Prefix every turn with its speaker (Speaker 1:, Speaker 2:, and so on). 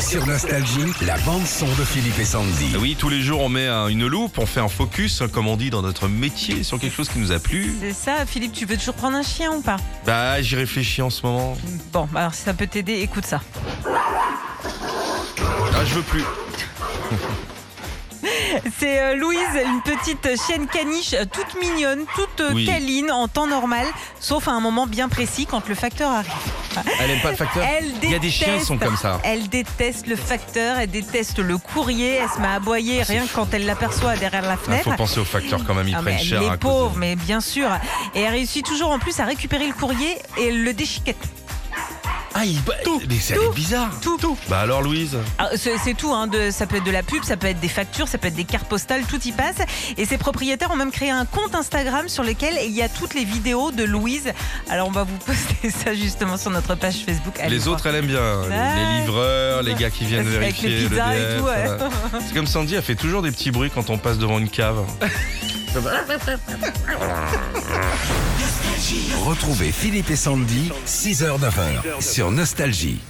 Speaker 1: Sur Nostalgie, la bande-son de Philippe et Sandy.
Speaker 2: Oui, tous les jours, on met un- une loupe, on fait un focus, hein, comme on dit dans notre métier, sur quelque chose qui nous a plu.
Speaker 3: C'est ça, Philippe, tu veux toujours prendre un chien ou pas
Speaker 2: Bah, j'y réfléchis en ce moment.
Speaker 3: Bon, bah alors si ça peut t'aider, écoute ça.
Speaker 2: Ah, je veux plus.
Speaker 3: C'est euh, Louise, une petite chienne caniche euh, toute mignonne, toute euh,
Speaker 2: Oui.
Speaker 3: câline en temps normal, sauf à un moment bien précis quand le facteur arrive.
Speaker 2: Elle aime pas le facteur
Speaker 3: Elle
Speaker 2: Il y a des
Speaker 3: déteste-
Speaker 2: chiens qui sont comme ça.
Speaker 3: Elle déteste le facteur, elle déteste le courrier, elle se met à
Speaker 2: Ah,
Speaker 3: aboyer rien que quand elle l'aperçoit derrière la
Speaker 2: Il
Speaker 3: fenêtre.
Speaker 2: Ah, faut penser aux facteurs quand même, ils
Speaker 3: Ah, mais
Speaker 2: prennent cher.
Speaker 3: elle
Speaker 2: à
Speaker 3: est
Speaker 2: cause
Speaker 3: pauvre,
Speaker 2: de-
Speaker 3: mais bien sûr. Et elle réussit toujours en plus à récupérer le courrier et elle le déchiquette.
Speaker 2: Ah, il... tout, mais ça
Speaker 3: Tout.
Speaker 2: est bizarre.
Speaker 3: Tout.
Speaker 2: Bah alors, Louise
Speaker 3: Ah, C'est c'est tout, hein, de- ça peut être de la pub, ça peut être des factures, ça peut être des cartes postales, tout y passe. Et ses propriétaires ont même créé un compte Instagram sur lequel il y a toutes les vidéos de Louise. Alors on va vous poster ça justement sur notre page Facebook. Allez
Speaker 2: Les
Speaker 3: voir.
Speaker 2: autres, elle aime bien. Les livreurs, les gars qui viennent
Speaker 3: Avec les
Speaker 2: vérifier.
Speaker 3: pizzas et
Speaker 2: DF,
Speaker 3: tout, ouais.
Speaker 2: voilà. C'est comme Sandy, elle fait toujours des petits bruits quand on passe devant une cave.
Speaker 1: Retrouvez Philippe et Sandy, 6h-9h, sur Nostalgie.